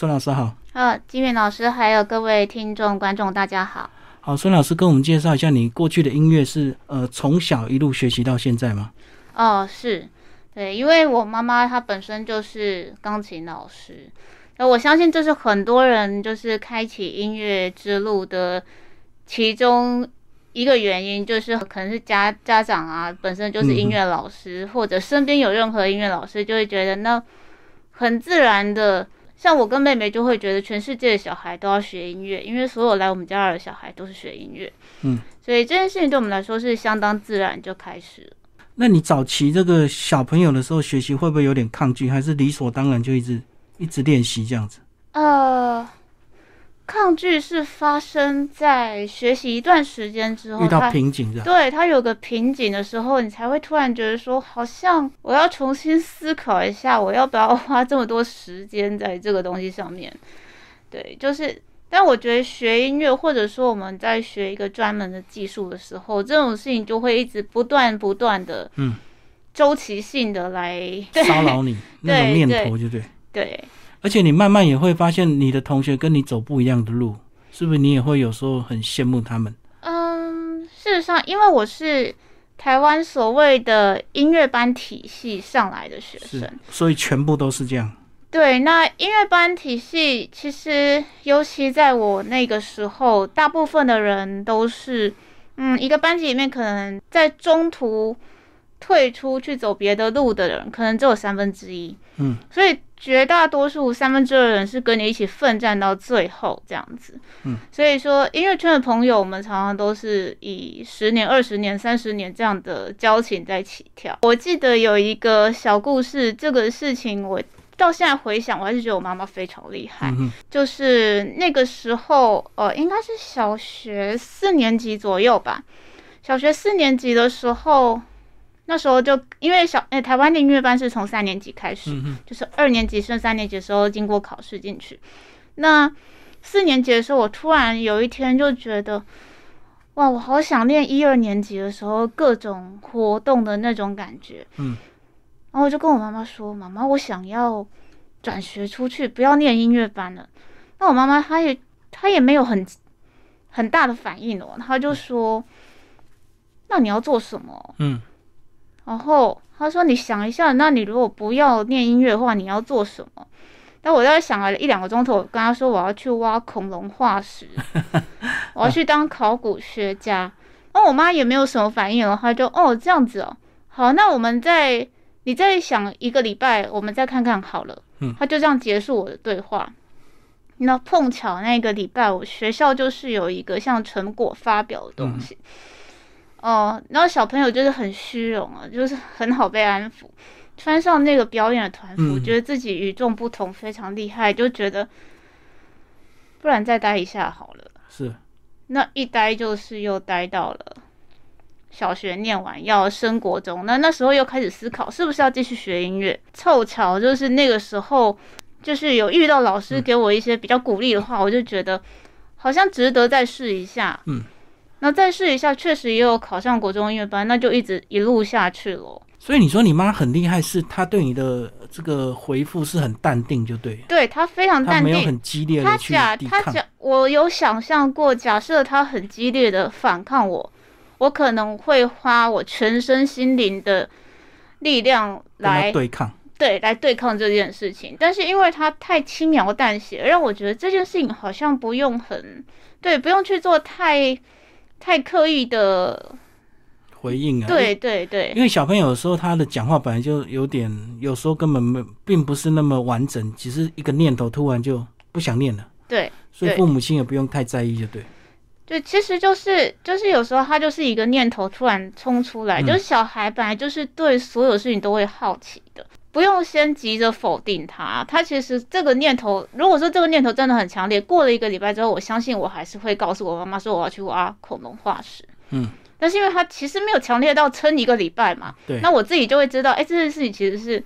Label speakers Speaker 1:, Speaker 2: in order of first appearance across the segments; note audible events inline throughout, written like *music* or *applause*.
Speaker 1: 孙老师好，
Speaker 2: 呃，金远老师还有各位听众观众，大家好。
Speaker 1: 好，孙老师跟我们介绍一下，你过去的音乐是呃从小一路学习到现在吗？
Speaker 2: 哦，是对，因为我妈妈她本身就是钢琴老师，那我相信这是很多人就是开启音乐之路的其中一个原因，就是可能是家家长啊，本身就是音乐老师，或者身边有任何音乐老师，就会觉得那很自然的。像我跟妹妹就会觉得全世界的小孩都要学音乐，因为所有来我们家的小孩都是学音乐，
Speaker 1: 嗯，
Speaker 2: 所以这件事情对我们来说是相当自然就开始了。
Speaker 1: 那你早期这个小朋友的时候学习会不会有点抗拒，还是理所当然就一直一直练习这样子？
Speaker 2: 呃，抗拒是发生在学习一段时间之后，
Speaker 1: 遇到
Speaker 2: 哦他
Speaker 1: 瓶颈这样？
Speaker 2: 对他有个瓶颈的时候，你才会突然觉得说，好像我要重新思考一下，我要不要花这么多时间在这个东西上面。对，就是，但我觉得学音乐，或者说我们在学一个专门的技术的时候，这种事情就会一直不断不断的，
Speaker 1: 嗯，
Speaker 2: 周期性的来，
Speaker 1: 骚扰你那种
Speaker 2: *laughs* 对
Speaker 1: 念
Speaker 2: 对
Speaker 1: 头，就对。
Speaker 2: 对，
Speaker 1: 而且你慢慢也会发现，你的同学跟你走不一样的路，是不是？你也会有时候很羡慕他们。
Speaker 2: 嗯，事实上，因为我是台湾所谓的音乐班体系上来的学
Speaker 1: 是
Speaker 2: 生，，
Speaker 1: 所以全部都是这样。
Speaker 2: 对，那音乐班体系其实，尤其在我那个时候，大部分的人都是，嗯，一个班级里面可能在中途退出去走别的路的人，可能只有三分之一，
Speaker 1: 嗯，
Speaker 2: 所以绝大多数三分之二的人是跟你一起奋战到最后这样子。
Speaker 1: 嗯，
Speaker 2: 所以说音乐圈的朋友，我们常常都是以十年、二十年、三十年这样的交情在起跳。我记得有一个小故事，这个事情我到现在回想，我还是觉得我妈妈非常厉害。
Speaker 1: 嗯哼，
Speaker 2: 就是那个时候，呃，应该是小学四年级左右吧。小学四年级的时候，那时候就因为小，哎、台湾的音乐班是从三年级开始，
Speaker 1: 嗯哼，
Speaker 2: 就是二年级升三年级的时候经过考试进去。那四年级的时候，我突然有一天就觉得，哇，我好想念一二年级的时候各种活动的那种感觉。
Speaker 1: 嗯，
Speaker 2: 然后我就跟我妈妈说：“妈妈，我想要转学出去，不要念音乐班了。”那我妈妈她也她也没有很很大的反应哦，她就说：“那你要做什么？”
Speaker 1: 嗯，
Speaker 2: 然后他说：“你想一下，那你如果不要念音乐的话，你要做什么？”但我大概想了一两个钟头，我跟他说：“我要去挖恐龙化石，
Speaker 1: 嗯
Speaker 2: 我要去当考古学家。”那我妈也没有什么反应了，她就：“哦，这样子哦，好，那我们再你再想一个礼拜，我们再看看好了。”
Speaker 1: 嗯
Speaker 2: 他就这样结束我的对话。那碰巧那个礼拜，我学校就是有一个像成果发表的东西，
Speaker 1: 嗯
Speaker 2: 哦，然后小朋友就是很虚荣啊，就是很好被安抚。穿上那个表演的团服，
Speaker 1: 嗯
Speaker 2: 觉得自己与众不同，非常厉害，就觉得不然再待一下好了。
Speaker 1: 是，
Speaker 2: 那一待就是又待到了小学念完要升国中，那那时候又开始思考是不是要继续学音乐。凑巧就是那个时候，就是有遇到老
Speaker 1: 嗯
Speaker 2: 师给我一些比较鼓励的话，我就觉得好像值得再试一下。
Speaker 1: 嗯，
Speaker 2: 那再试一下，确实也有考上国中音乐班，那就一直一路下去了。
Speaker 1: 所以你说你妈很厉害，是她对你的这个回复是很淡定，就对了，
Speaker 2: 对他非常
Speaker 1: 她
Speaker 2: 淡
Speaker 1: 没有
Speaker 2: 定，
Speaker 1: 很激烈
Speaker 2: 他
Speaker 1: 的去
Speaker 2: 假
Speaker 1: 抵
Speaker 2: 他
Speaker 1: 抗。
Speaker 2: 假，我有想象过，假设他很激烈的反抗我，我可能会花我全身心灵的力量
Speaker 1: 跟她
Speaker 2: 来
Speaker 1: 对抗，
Speaker 2: 对来对抗这件事情。但是因为他太轻描淡写，让我觉得这件事情好像不用很对，不用去做太太刻意的。
Speaker 1: 回应啊。
Speaker 2: 对对对
Speaker 1: 因为小朋友有时候他的讲话本来就有点，有时候根本没并不是那么完整，只是一个念头突然就不想念了，
Speaker 2: 对，
Speaker 1: 所以
Speaker 2: 对
Speaker 1: 父母亲也不用太在意，就对。
Speaker 2: 对，其实就是就是有时候他就是一个念头突然冲出来，
Speaker 1: 嗯
Speaker 2: 就是小孩本来就是对所有事情都会好奇的，不用先急着否定他。他其实这个念头，如果说这个念头真的很强烈，过了一个礼拜之后，我相信我还是会告诉我妈妈说我要去挖恐龙化石。
Speaker 1: 嗯，
Speaker 2: 但是因为他其实没有强烈到撑一个礼拜嘛，
Speaker 1: 对。
Speaker 2: 那我自己就会知道，哎，这件事情其实是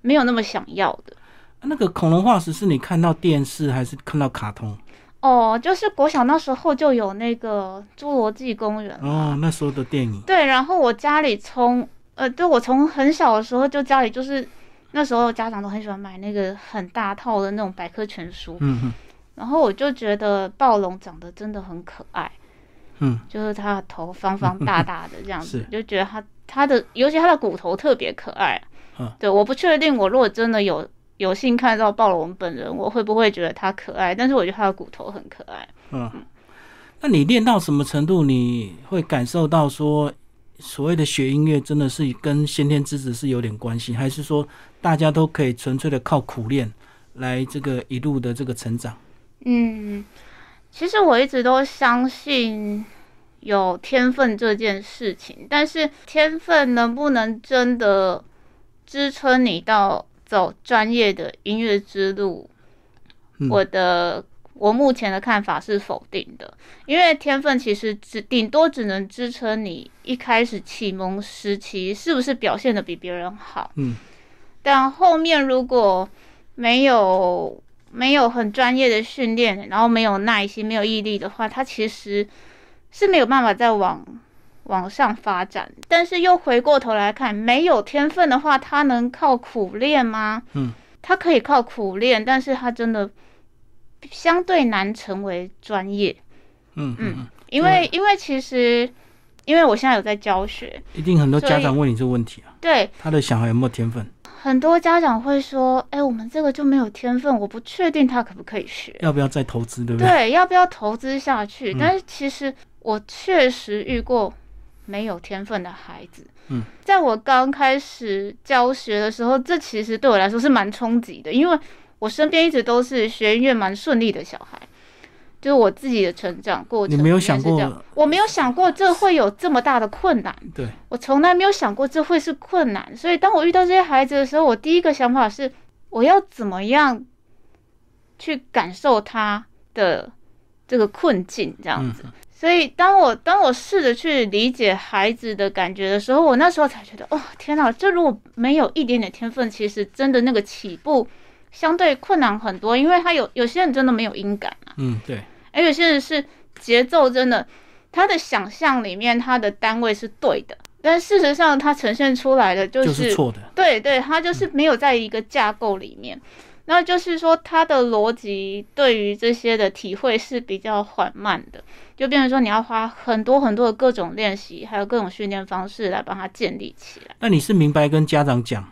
Speaker 2: 没有那么想要的。
Speaker 1: 那个恐龙化石是你看到电视还是看到卡通？
Speaker 2: 哦，就是国小那时候就有那个《侏罗纪公园》了。
Speaker 1: 哦，那时候的电影。
Speaker 2: 对，然后我家里从呃，对我从很小的时候就家里就是那时候家长都很喜欢买那个很大套的那种百科全书，
Speaker 1: 嗯嗯
Speaker 2: 然后我就觉得暴龙长得真的很可爱，
Speaker 1: 嗯，
Speaker 2: 就是它的头方方大大的这样子
Speaker 1: 是，
Speaker 2: 就觉得它它的，尤其它的骨头特别可爱。
Speaker 1: 嗯
Speaker 2: 对，我不确定我如果真的有有幸看到暴龙本人，我会不会觉得它可爱？但是我觉得它的骨头很可爱。
Speaker 1: 嗯。那你练到什么程度，你会感受到说，所谓的学音乐真的是跟先天资质是有点关系，还是说大家都可以纯粹的靠苦练来这个一路的这个成长？
Speaker 2: 嗯，其实我一直都相信有天分这件事情，但是天分能不能真的支撑你到走专业的音乐之路？
Speaker 1: 嗯
Speaker 2: 我的我目前的看法是否定的，因为天分其实只顶多只能支撑你一开始启蒙时期是不是表现的比别人好，
Speaker 1: 嗯
Speaker 2: 但后面如果没有没有很专业的训练，然后没有耐心、没有毅力的话，他其实是没有办法再往往上发展。但是又回过头来看，没有天分的话，他能靠苦练吗？
Speaker 1: 嗯，
Speaker 2: 他可以靠苦练，但是他真的相对难成为专业，
Speaker 1: 嗯嗯，嗯
Speaker 2: 因为因为其实因为我现在有在教学，
Speaker 1: 一定很多
Speaker 2: 所以
Speaker 1: 家长问你这个问题啊，
Speaker 2: 对，
Speaker 1: 他的小孩有没有天分？
Speaker 2: 很多家长会说：“哎、我们这个就没有天分，我不确定他可不可以学，
Speaker 1: 要不要再投资，对不对？
Speaker 2: 对，要不要投资下去？”
Speaker 1: 嗯
Speaker 2: 但是其实我确实遇过没有天分的孩子。
Speaker 1: 嗯，
Speaker 2: 在我刚开始教学的时候，这其实对我来说是蛮冲击的，因为我身边一直都是学音乐蛮顺利的小孩，就是我自己的成长过程。
Speaker 1: 你没有想过？
Speaker 2: 我没有想过这会有这么大的困难。
Speaker 1: 对，
Speaker 2: 我从来没有想过这会是困难，所以当我遇到这些孩子的时候，我第一个想法是我要怎么样去感受他的这个困境，这样
Speaker 1: 嗯
Speaker 2: 子。所以当我当我试着去理解孩子的感觉的时候，我那时候才觉得，哦，天哪！这如果没有一点点天分，其实真的那个起步相对困难很多，因为他有有些人真的没有音感啊，
Speaker 1: 嗯，对，
Speaker 2: 而有些人是节奏真的，他的想象里面他的单位是对的，但事实上他呈现出来的就
Speaker 1: 就是错的。
Speaker 2: 对对，他就是没有在一个架构里面。那就是说，他的逻辑对于这些的体会是比较缓慢的，就变成说你要花很多很多的各种练习，还有各种训练方式来帮他建立起来。
Speaker 1: 那你是明白跟家长讲？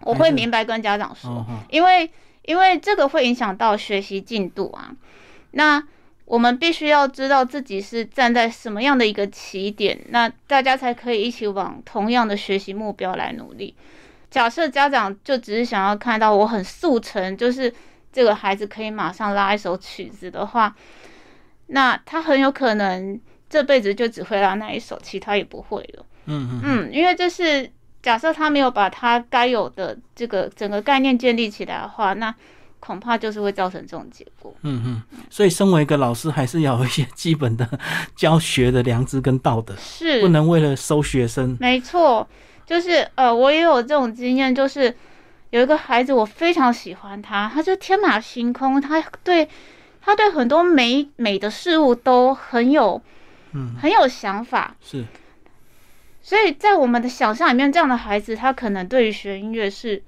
Speaker 2: 我
Speaker 1: 还
Speaker 2: 会
Speaker 1: 是
Speaker 2: 明白跟家长说，
Speaker 1: 哦哦，
Speaker 2: 因为因为这个会影响到学习进度啊。那我们必须要知道自己是站在什么样的一个起点，那大家才可以一起往同样的学习目标来努力。假设家长就只是想要看到我很速成，就是这个孩子可以马上拉一首曲子的话，那他很有可能这辈子就只会拉那一首，其他也不会了。
Speaker 1: 嗯嗯
Speaker 2: 嗯，因为这是假设他没有把他该有的这个整个概念建立起来的话，那恐怕就是会造成这种结果。
Speaker 1: 嗯嗯，所以身为一个老师，还是要有一些基本的教学的良知跟道德，
Speaker 2: 是
Speaker 1: 不，能为了收学生。
Speaker 2: 没错，就是呃，我也有这种经验，就是有一个孩子，我非常喜欢他，他就天马行空，他对他对很多美美的事物都很有
Speaker 1: 嗯，
Speaker 2: 很有想法，
Speaker 1: 是，
Speaker 2: 所以在我们的想象里面，这样的孩子他可能对于学音乐是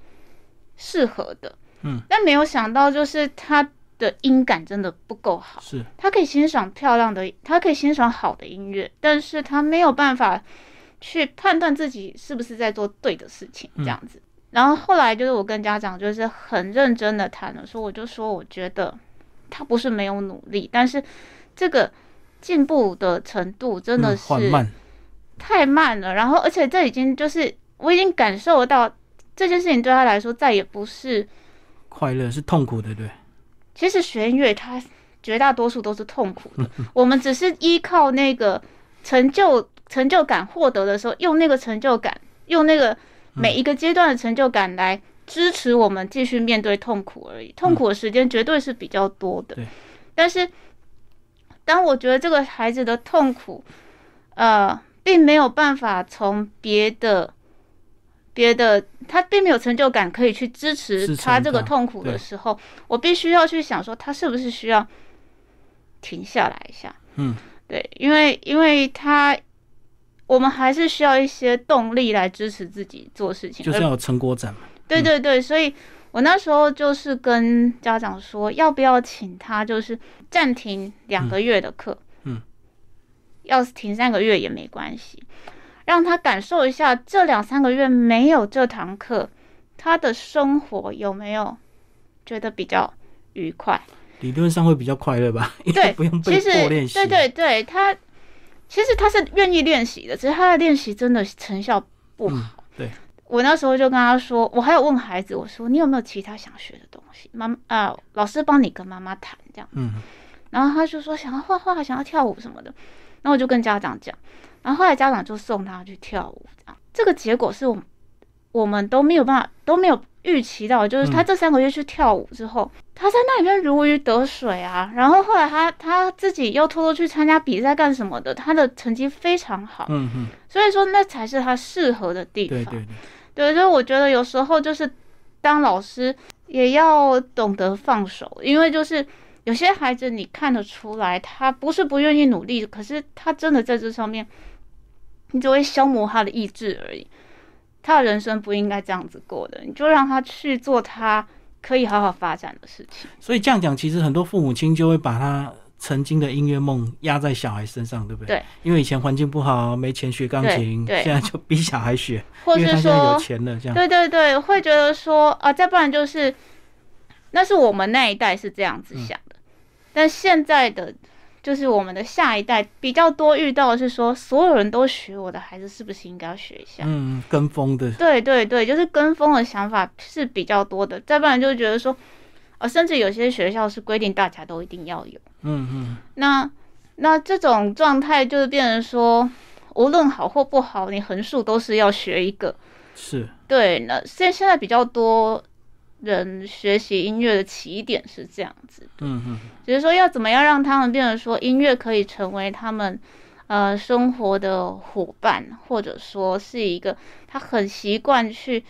Speaker 2: 适合的，
Speaker 1: 嗯，
Speaker 2: 但没有想到就是他的音感真的不够好，
Speaker 1: 是，
Speaker 2: 他可以欣赏漂亮的，他可以欣赏好的音乐，但是他没有办法去判断自己是不是在做对的事情，这
Speaker 1: 嗯
Speaker 2: 样子。然后后来就是我跟家长就是很认真的谈了，说我就说我觉得他不是没有努力，但是这个进步的程度真的
Speaker 1: 嗯，
Speaker 2: 是
Speaker 1: 缓慢。
Speaker 2: 太慢了，然后而且这已经就是我已经感受到这件事情对他来说再也不是。
Speaker 1: 快乐是痛苦的，对，
Speaker 2: 其实学音乐它绝大多数都是痛苦的，我们只是依靠那个成就成就感获得的时候，用那个成就感，用那个
Speaker 1: 嗯
Speaker 2: 每一个阶段的成就感来支持我们继续面对痛苦而已。痛苦的时间绝对是比较多的
Speaker 1: 嗯对，
Speaker 2: 但是当我觉得这个孩子的痛苦，呃，并没有办法从别的。别的，他并没有成就感可以去支持
Speaker 1: 支撑
Speaker 2: 他这个
Speaker 1: 他
Speaker 2: 痛苦的
Speaker 1: 对
Speaker 2: 时候，我必须要去想说，他是不是需要停下来一下？
Speaker 1: 嗯，
Speaker 2: 对，因为因为他，我们还是需要一些动力来支持自己做事情，
Speaker 1: 就是嗯
Speaker 2: 而
Speaker 1: 要有成果展嘛。
Speaker 2: 对对对，所以我那时候就是跟家长说，要不要请他就是暂停两个月的课，
Speaker 1: 嗯，
Speaker 2: 要是停三个月也没关系，让他感受一下这两三个月没有这堂课，他的生活有没有觉得比较愉
Speaker 1: *laughs*
Speaker 2: 快？
Speaker 1: 理论上会比较快乐吧，因为 *laughs*
Speaker 2: 对
Speaker 1: 不用被
Speaker 2: 哎其实
Speaker 1: 迫练习。
Speaker 2: 对对对，他其实他是愿意练习的，只是他的练习真的成效不好。
Speaker 1: 嗯对
Speaker 2: 我那时候就跟他说，我还有问孩子，我说你有没有其他想学的东西？妈妈啊，老师帮你跟妈妈谈这样。
Speaker 1: 嗯
Speaker 2: 然后他就说想要画画，想要跳舞什么的。然后我就跟家长讲，然后后来家长就送他去跳舞，这样这个结果是我们我们都没有办法都没有预期到的，就是他
Speaker 1: 嗯
Speaker 2: 这三个月去跳舞之后，他在那里面如鱼得水啊。然后后来他他自己又偷偷去参加比赛干什么的，他的成绩非常好，
Speaker 1: 嗯嗯，
Speaker 2: 所以说那才是他适合的地
Speaker 1: 对
Speaker 2: 方。
Speaker 1: 对对，
Speaker 2: 对，所以我觉得有时候就是当老师也要懂得放手，因为就是有些孩子你看得出来，他不是不愿意努力，可是他真的在这上面，你只会消磨他的意志而已。他的人生不应该这样子过的，你就让他去做他可以好好发展的事情。
Speaker 1: 所以这样讲，其实很多父母亲就会把他曾经的音乐梦压在小孩身上，对不对？
Speaker 2: 对，
Speaker 1: 因为以前环境不好，没钱学钢琴，
Speaker 2: 对对
Speaker 1: 现在就逼小孩学，
Speaker 2: 或
Speaker 1: 因为
Speaker 2: 是
Speaker 1: 他现在
Speaker 2: 说
Speaker 1: 有，钱了，这样。
Speaker 2: 对对对，会觉得说啊，再不然就是，那是我们那一代是这样
Speaker 1: 嗯
Speaker 2: 子想的，但现在的就是我们的下一代比较多遇到的是说，所有人都学，我的孩子是不是应该要学一下？
Speaker 1: 嗯，跟风的，
Speaker 2: 对对对，就是跟风的想法是比较多的，再不然就觉得说，啊，甚至有些学校是规定大家都一定要有。
Speaker 1: 嗯嗯，
Speaker 2: 那那这种状态就是变成说，无论好或不好，你横竖都是要学一个。
Speaker 1: 是。
Speaker 2: 对，那现现在比较多人学习音乐的起点是这样子，
Speaker 1: 嗯嗯，
Speaker 2: 只是说要怎么样让他们变成说音乐可以成为他们呃生活的伙伴，或者说是一个他很习惯去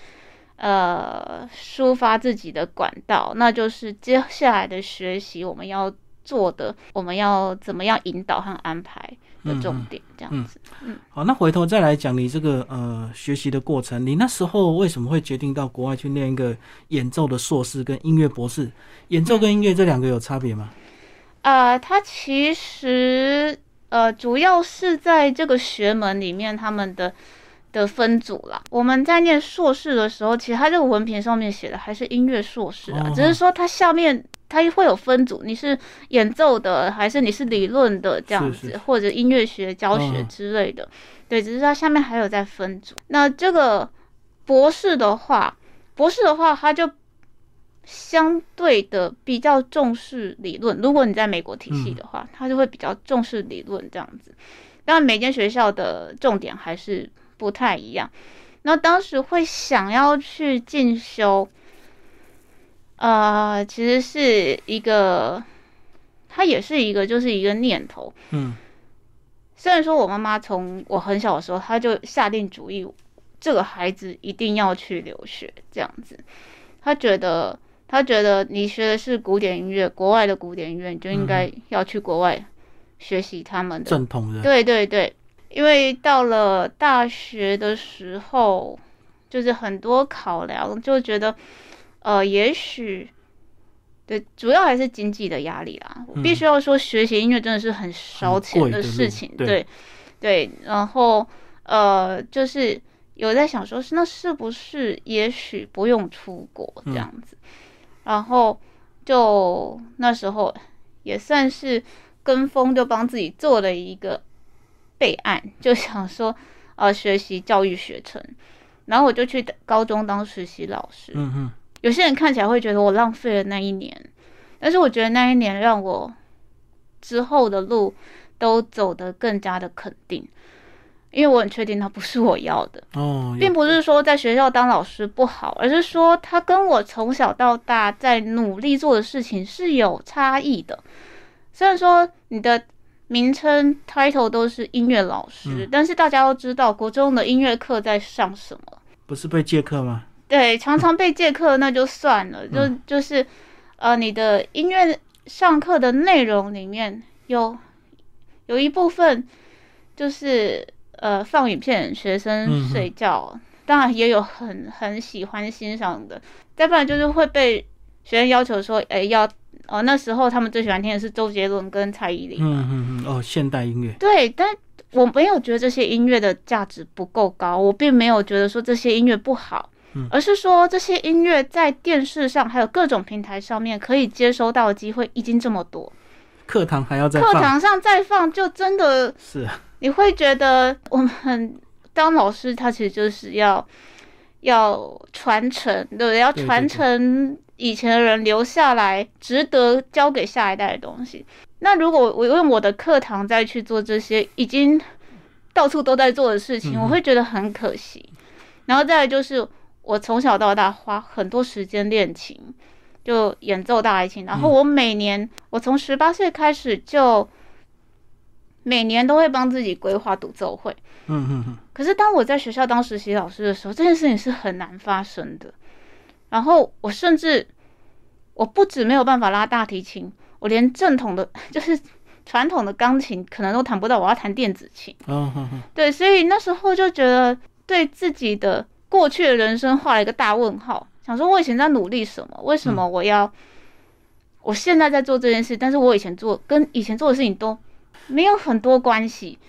Speaker 2: 呃抒发自己的管道，那就是接下来的学习我们要做的，我们要怎么样引导和安排的重点，这样子。
Speaker 1: 好，那回头再来讲你这个呃学习的过程，你那时候为什么会决定到国外去念一个演奏的硕士跟音乐博士？演奏跟音乐这两个有差别吗？
Speaker 2: 呃，它其实呃主要是在这个学门里面他们的的分组啦。我们在念硕士的时候，其实它这个文凭上面写的还是音乐硕士啊，
Speaker 1: 哦
Speaker 2: 只是说它下面。它会有分组，你是演奏的，还是你是理论的这样
Speaker 1: 是
Speaker 2: 子，
Speaker 1: 是是
Speaker 2: 或者音乐学教学
Speaker 1: 嗯
Speaker 2: 之类的。对，只是它下面还有在分组。那这个博士的话，博士的话，它就相对的比较重视理论。如果你在美国体系的话，它就会比较重视理论这样子。当然，每间学校的重点还是不太一样。那当时会想要去进修，呃，其实是一个，它也是一个，就是一个念头。
Speaker 1: 嗯
Speaker 2: 虽然说我妈妈从我很小的时候，她就下定主意，这个孩子一定要去留学，这样子。她觉得，她觉得你学的是古典音乐，国外的古典音乐，你就应该要去国外学习他们的。
Speaker 1: 正统的，
Speaker 2: 对对对，因为到了大学的时候，就是很多考量，就觉得，呃，也许。对，主要还是经济的压力啦。我必须要说，学习音乐真的是很烧钱
Speaker 1: 嗯很贵的路
Speaker 2: 事情，
Speaker 1: 对
Speaker 2: 对对。然后呃，就是有在想说，那是不是也许不用出国
Speaker 1: 嗯
Speaker 2: 这样子？然后就那时候也算是跟风，就帮自己做了一个备案， *laughs* 就想说呃，学习教育学程。然后我就去高中当实习老师，
Speaker 1: 嗯嗯，
Speaker 2: 有些人看起来会觉得我浪费了那一年，但是我觉得那一年让我之后的路都走得更加的肯定，因为我很确定它不是我要的，
Speaker 1: 哦，有
Speaker 2: 并不是说在学校当老师不好，而是说它跟我从小到大在努力做的事情是有差异的。虽然说你的名称 title 都是音乐老
Speaker 1: 嗯
Speaker 2: 师，但是大家都知道国中的音乐课在上什么。
Speaker 1: 不是被借课吗？
Speaker 2: 对，常常被借课那就算了，就
Speaker 1: 嗯
Speaker 2: 就是呃，你的音乐上课的内容里面有有一部分就是呃放影片，学生
Speaker 1: 嗯哼
Speaker 2: 睡觉，当然也有很很喜欢欣赏的，再不然就是会被学生要求说，哎、要哦，那时候他们最喜欢听的是周杰伦跟蔡依林，
Speaker 1: 嗯嗯嗯，哦，现代音乐，
Speaker 2: 对，但我没有觉得这些音乐的价值不够高，我并没有觉得说这些音乐不好，
Speaker 1: 嗯
Speaker 2: 而是说这些音乐在电视上还有各种平台上面可以接收到的机会已经这么多，
Speaker 1: 课堂还要再
Speaker 2: 课
Speaker 1: 放，
Speaker 2: 堂上再放就真的
Speaker 1: 是啊，
Speaker 2: 你会觉得我们当老师，他其实就是要 *laughs* 要传承，对不对？要
Speaker 1: 对对
Speaker 2: 传承以前的人留下来值得教给下一代的东西。那如果我用我的课堂再去做这些已经到处都在做的事情，
Speaker 1: 嗯
Speaker 2: 我会觉得很可惜。然后再来就是，我从小到大花很多时间练琴，就演奏大提琴。然后我每年，我从十八岁开始就每年都会帮自己规划独奏会。
Speaker 1: 嗯嗯嗯，
Speaker 2: 可是当我在学校当实习老师的时候，这件事情是很难发生的。然后我甚至我不止没有办法拉大提琴，我连正统的， *laughs* 就是传统的钢琴可能都弹不到，我要弹电子琴。
Speaker 1: 哦哦哦，
Speaker 2: 对，所以那时候就觉得对自己的过去的人生画了一个大问号，想说我以前在努力什么？为什么我要、我现在在做这件事？但是我以前做跟以前做的事情都没有很多关系。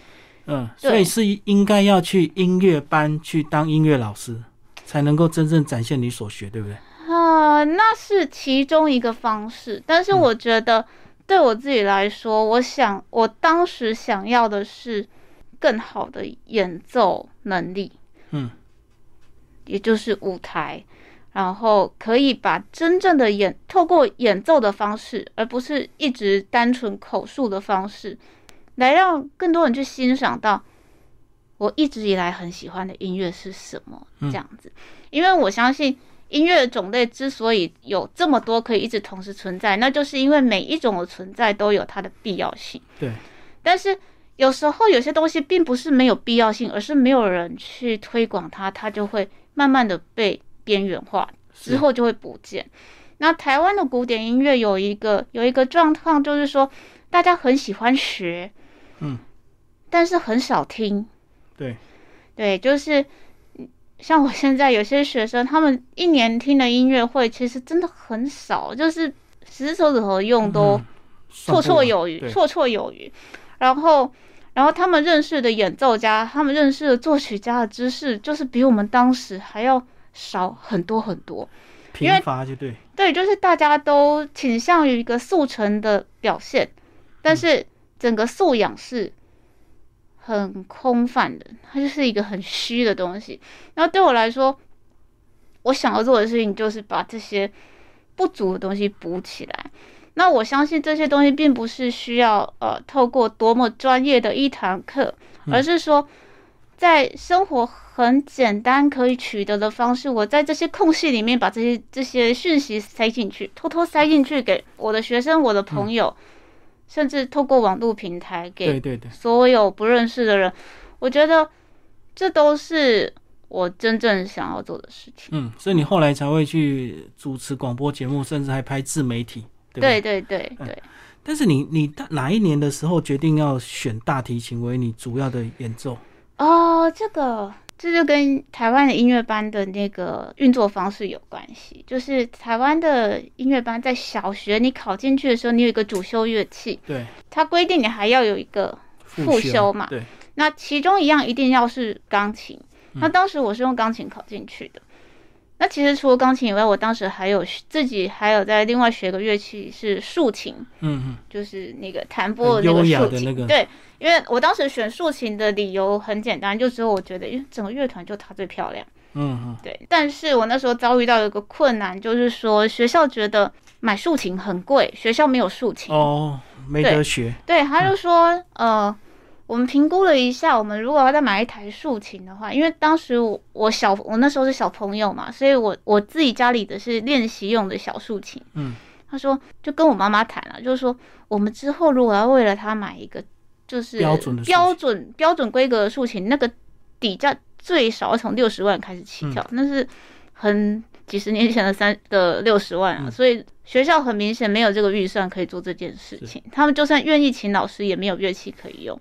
Speaker 1: 嗯，
Speaker 2: 对
Speaker 1: 所以是应该要去音乐班去当音乐老师，才能够真正展现你所学，对不对？
Speaker 2: 啊，那是其中一个方式，但是我觉得对我自己来说，我想我当时想要的是更好的演奏能力，
Speaker 1: 嗯，
Speaker 2: 也就是舞台，然后可以把真正的演透过演奏的方式，而不是一直单纯口述的方式，来让更多人去欣赏到我一直以来很喜欢的音乐是什么
Speaker 1: 嗯
Speaker 2: 这样子，因为我相信。音乐的种类之所以有这么多可以一直同时存在，那就是因为每一种的存在都有它的必要性。
Speaker 1: 对，
Speaker 2: 但是有时候有些东西并不是没有必要性，而是没有人去推广它，它就会慢慢的被边缘化，
Speaker 1: 是
Speaker 2: 之后就会不见。那台湾的古典音乐有一个有一个状况，就是说大家很喜欢学，
Speaker 1: 嗯，
Speaker 2: 但是很少听。
Speaker 1: 对，
Speaker 2: 对，就是嗯像我现在有些学生，他们一年听的音乐会其实真的很少，就是十手指头用都、
Speaker 1: 嗯
Speaker 2: 绰
Speaker 1: 算不
Speaker 2: 绰
Speaker 1: 完
Speaker 2: 有余，
Speaker 1: 对
Speaker 2: 绰绰有余。然后，然后他们认识的演奏家，他们认识的作曲家的知识，就是比我们当时还要少很多很多。因为
Speaker 1: 贫乏就对，
Speaker 2: 对，就是大家都倾向于一个速成的表现，
Speaker 1: 嗯
Speaker 2: 但是整个素养是很空泛的，它就是一个很虚的东西。然后对我来说，我想要做的事情就是把这些不足的东西补起来。那我相信这些东西并不是需要呃透过多么专业的一堂课，
Speaker 1: 嗯
Speaker 2: 而是说在生活很简单可以取得的方式，我在这些空隙里面把这些这些讯息塞进去，偷偷塞进去给我的学生、我的朋友，甚至透过网络平台给
Speaker 1: 对对对，
Speaker 2: 所有不认识的人，我觉得这都是我真正想要做的事情。
Speaker 1: 嗯，所以你后来才会去主持广播节目，甚至还拍自媒体，对不
Speaker 2: 对对对
Speaker 1: 嗯
Speaker 2: 对，
Speaker 1: 但是你你大哪一年的时候决定要选大提琴为你主要的演奏？
Speaker 2: 哦，这个这就跟台湾的音乐班的那个运作方式有关系。就是台湾的音乐班在小学你考进去的时候，你有一个主修乐器，
Speaker 1: 对，
Speaker 2: 它规定你还要有一个，
Speaker 1: 复
Speaker 2: 复修嘛
Speaker 1: 对，
Speaker 2: 那其中一样一定要是钢琴。
Speaker 1: 嗯
Speaker 2: 那当时我是用钢琴考进去的。那其实除了钢琴以外，我当时还有学自己还有在另外学个乐器是竖琴，
Speaker 1: 嗯
Speaker 2: 就是那个弹拨
Speaker 1: 很
Speaker 2: 那
Speaker 1: 优
Speaker 2: 个
Speaker 1: 雅
Speaker 2: 竖
Speaker 1: 的
Speaker 2: 琴。
Speaker 1: 那个
Speaker 2: 对，因为我当时选竖琴的理由很简单，就只有我觉得，因为整个乐团就她最漂亮。
Speaker 1: 嗯嗯
Speaker 2: 对，但是我那时候遭遇到一个困难，就是说学校觉得买竖琴很贵，学校没有竖
Speaker 1: 嗯，
Speaker 2: 琴。
Speaker 1: 哦，没得学，
Speaker 2: 对，他就说，呃，我们评估了一下，我们如果要再买一台竖琴的话，因为当时我我小我那时候是小朋友嘛，所以我我自己家里的是练习用的小竖琴。
Speaker 1: 嗯，
Speaker 2: 他说就跟我妈妈谈了，就是说我们之后如果要为了他买一个就是
Speaker 1: 标准的竖琴
Speaker 2: 标准标准规格的竖琴，那个底价最少要从六十万开始
Speaker 1: 嗯
Speaker 2: 起跳，那是很几十年前的三的六十万啊，
Speaker 1: 嗯
Speaker 2: 所以学校很明显没有这个预算可以做这件事情。他们就算愿意请老师，也没有乐器可以用，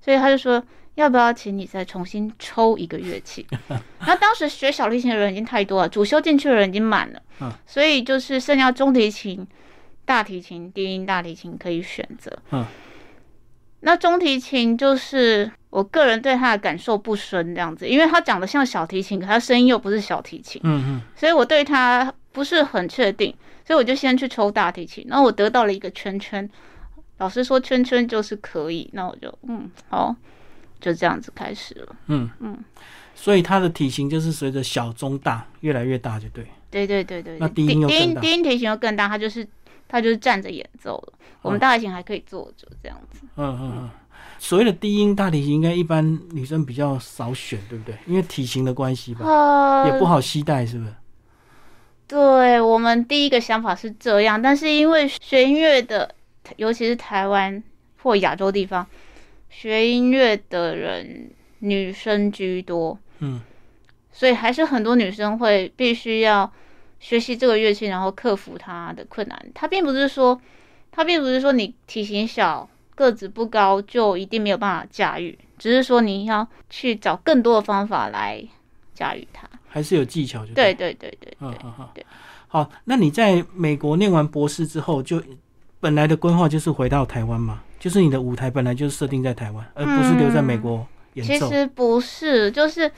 Speaker 2: 所以他就说要不要请你再重新抽一个乐器？ *laughs* 那当时学小提琴的人已经太多了，主修进去的人已经满了，
Speaker 1: 嗯
Speaker 2: 所以就是剩下中提琴、大提琴、低音大提琴可以选择。
Speaker 1: 嗯
Speaker 2: 那中提琴就是我个人对它的感受不深，这样子，因为它长得像小提琴，可它声音又不是小提琴，
Speaker 1: 嗯
Speaker 2: 所以我对它不是很确定，所以我就先去抽大提琴，然后我得到了一个圈圈，老师说圈圈就是可以，那我就嗯好，就这样子开始了。
Speaker 1: 嗯嗯，所以它的体型就是随着小中大越来越大，就对。
Speaker 2: 对对对对，
Speaker 1: 那低
Speaker 2: 对
Speaker 1: 音又
Speaker 2: 低
Speaker 1: 更
Speaker 2: 音
Speaker 1: 大
Speaker 2: 低音提琴又更大，它就是它就是站着演奏了，
Speaker 1: 哦
Speaker 2: 我们大提琴还可以坐着这样子。
Speaker 1: 嗯嗯嗯，所谓的低音大提琴，应该一般女生比较少选，对不对？因为体型的关系吧，
Speaker 2: 啊，
Speaker 1: 也不好携带，是不是？
Speaker 2: 对我们第一个想法是这样，但是因为学音乐的，尤其是台湾或亚洲地方，学音乐的人女生居多，
Speaker 1: 嗯，
Speaker 2: 所以还是很多女生会必须要学习这个乐器，然后克服它的困难。它并不是说，它并不是说你体型小、个子不高就一定没有办法驾驭，只是说你要去找更多的方法来驾驭它。
Speaker 1: 还是有技巧，就
Speaker 2: 对。对对对
Speaker 1: 嗯
Speaker 2: 对。
Speaker 1: 嗯嗯
Speaker 2: 对。
Speaker 1: 好，那你在美国念完博士之后，就本来的规划就是回到台湾嘛，就是你的舞台本来就是设定在台湾，而不是留在美国
Speaker 2: 嗯其
Speaker 1: 演奏。
Speaker 2: 实不是，就是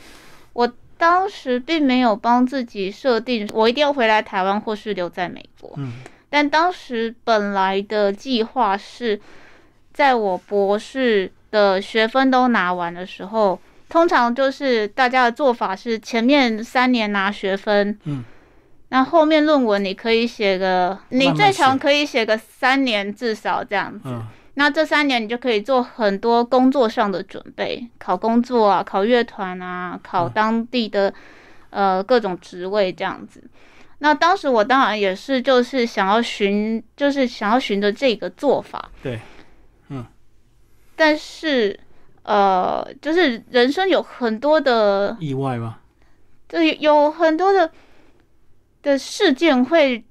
Speaker 2: 我当时并没有帮自己设定我一定要回来台湾或是留在美国，
Speaker 1: 嗯
Speaker 2: 但当时本来的计划是，在我博士的学分都拿完的时候，通常就是大家的做法是前面三年拿学分，
Speaker 1: 嗯，
Speaker 2: 那后面论文你可以写个，
Speaker 1: 慢
Speaker 2: 你
Speaker 1: 慢
Speaker 2: 最
Speaker 1: 写
Speaker 2: 长可以写个三年至少这样子，
Speaker 1: 嗯
Speaker 2: 那这三年你就可以做很多工作上的准备，考工作啊，考乐团啊，考当地的、呃各种职位这样子。那当时我当然也是，就是想要循，就是想要循着这个做法，
Speaker 1: 对，
Speaker 2: 但是呃，就是人生有很多的，
Speaker 1: 意外嘛，
Speaker 2: 就是有很多的的事件会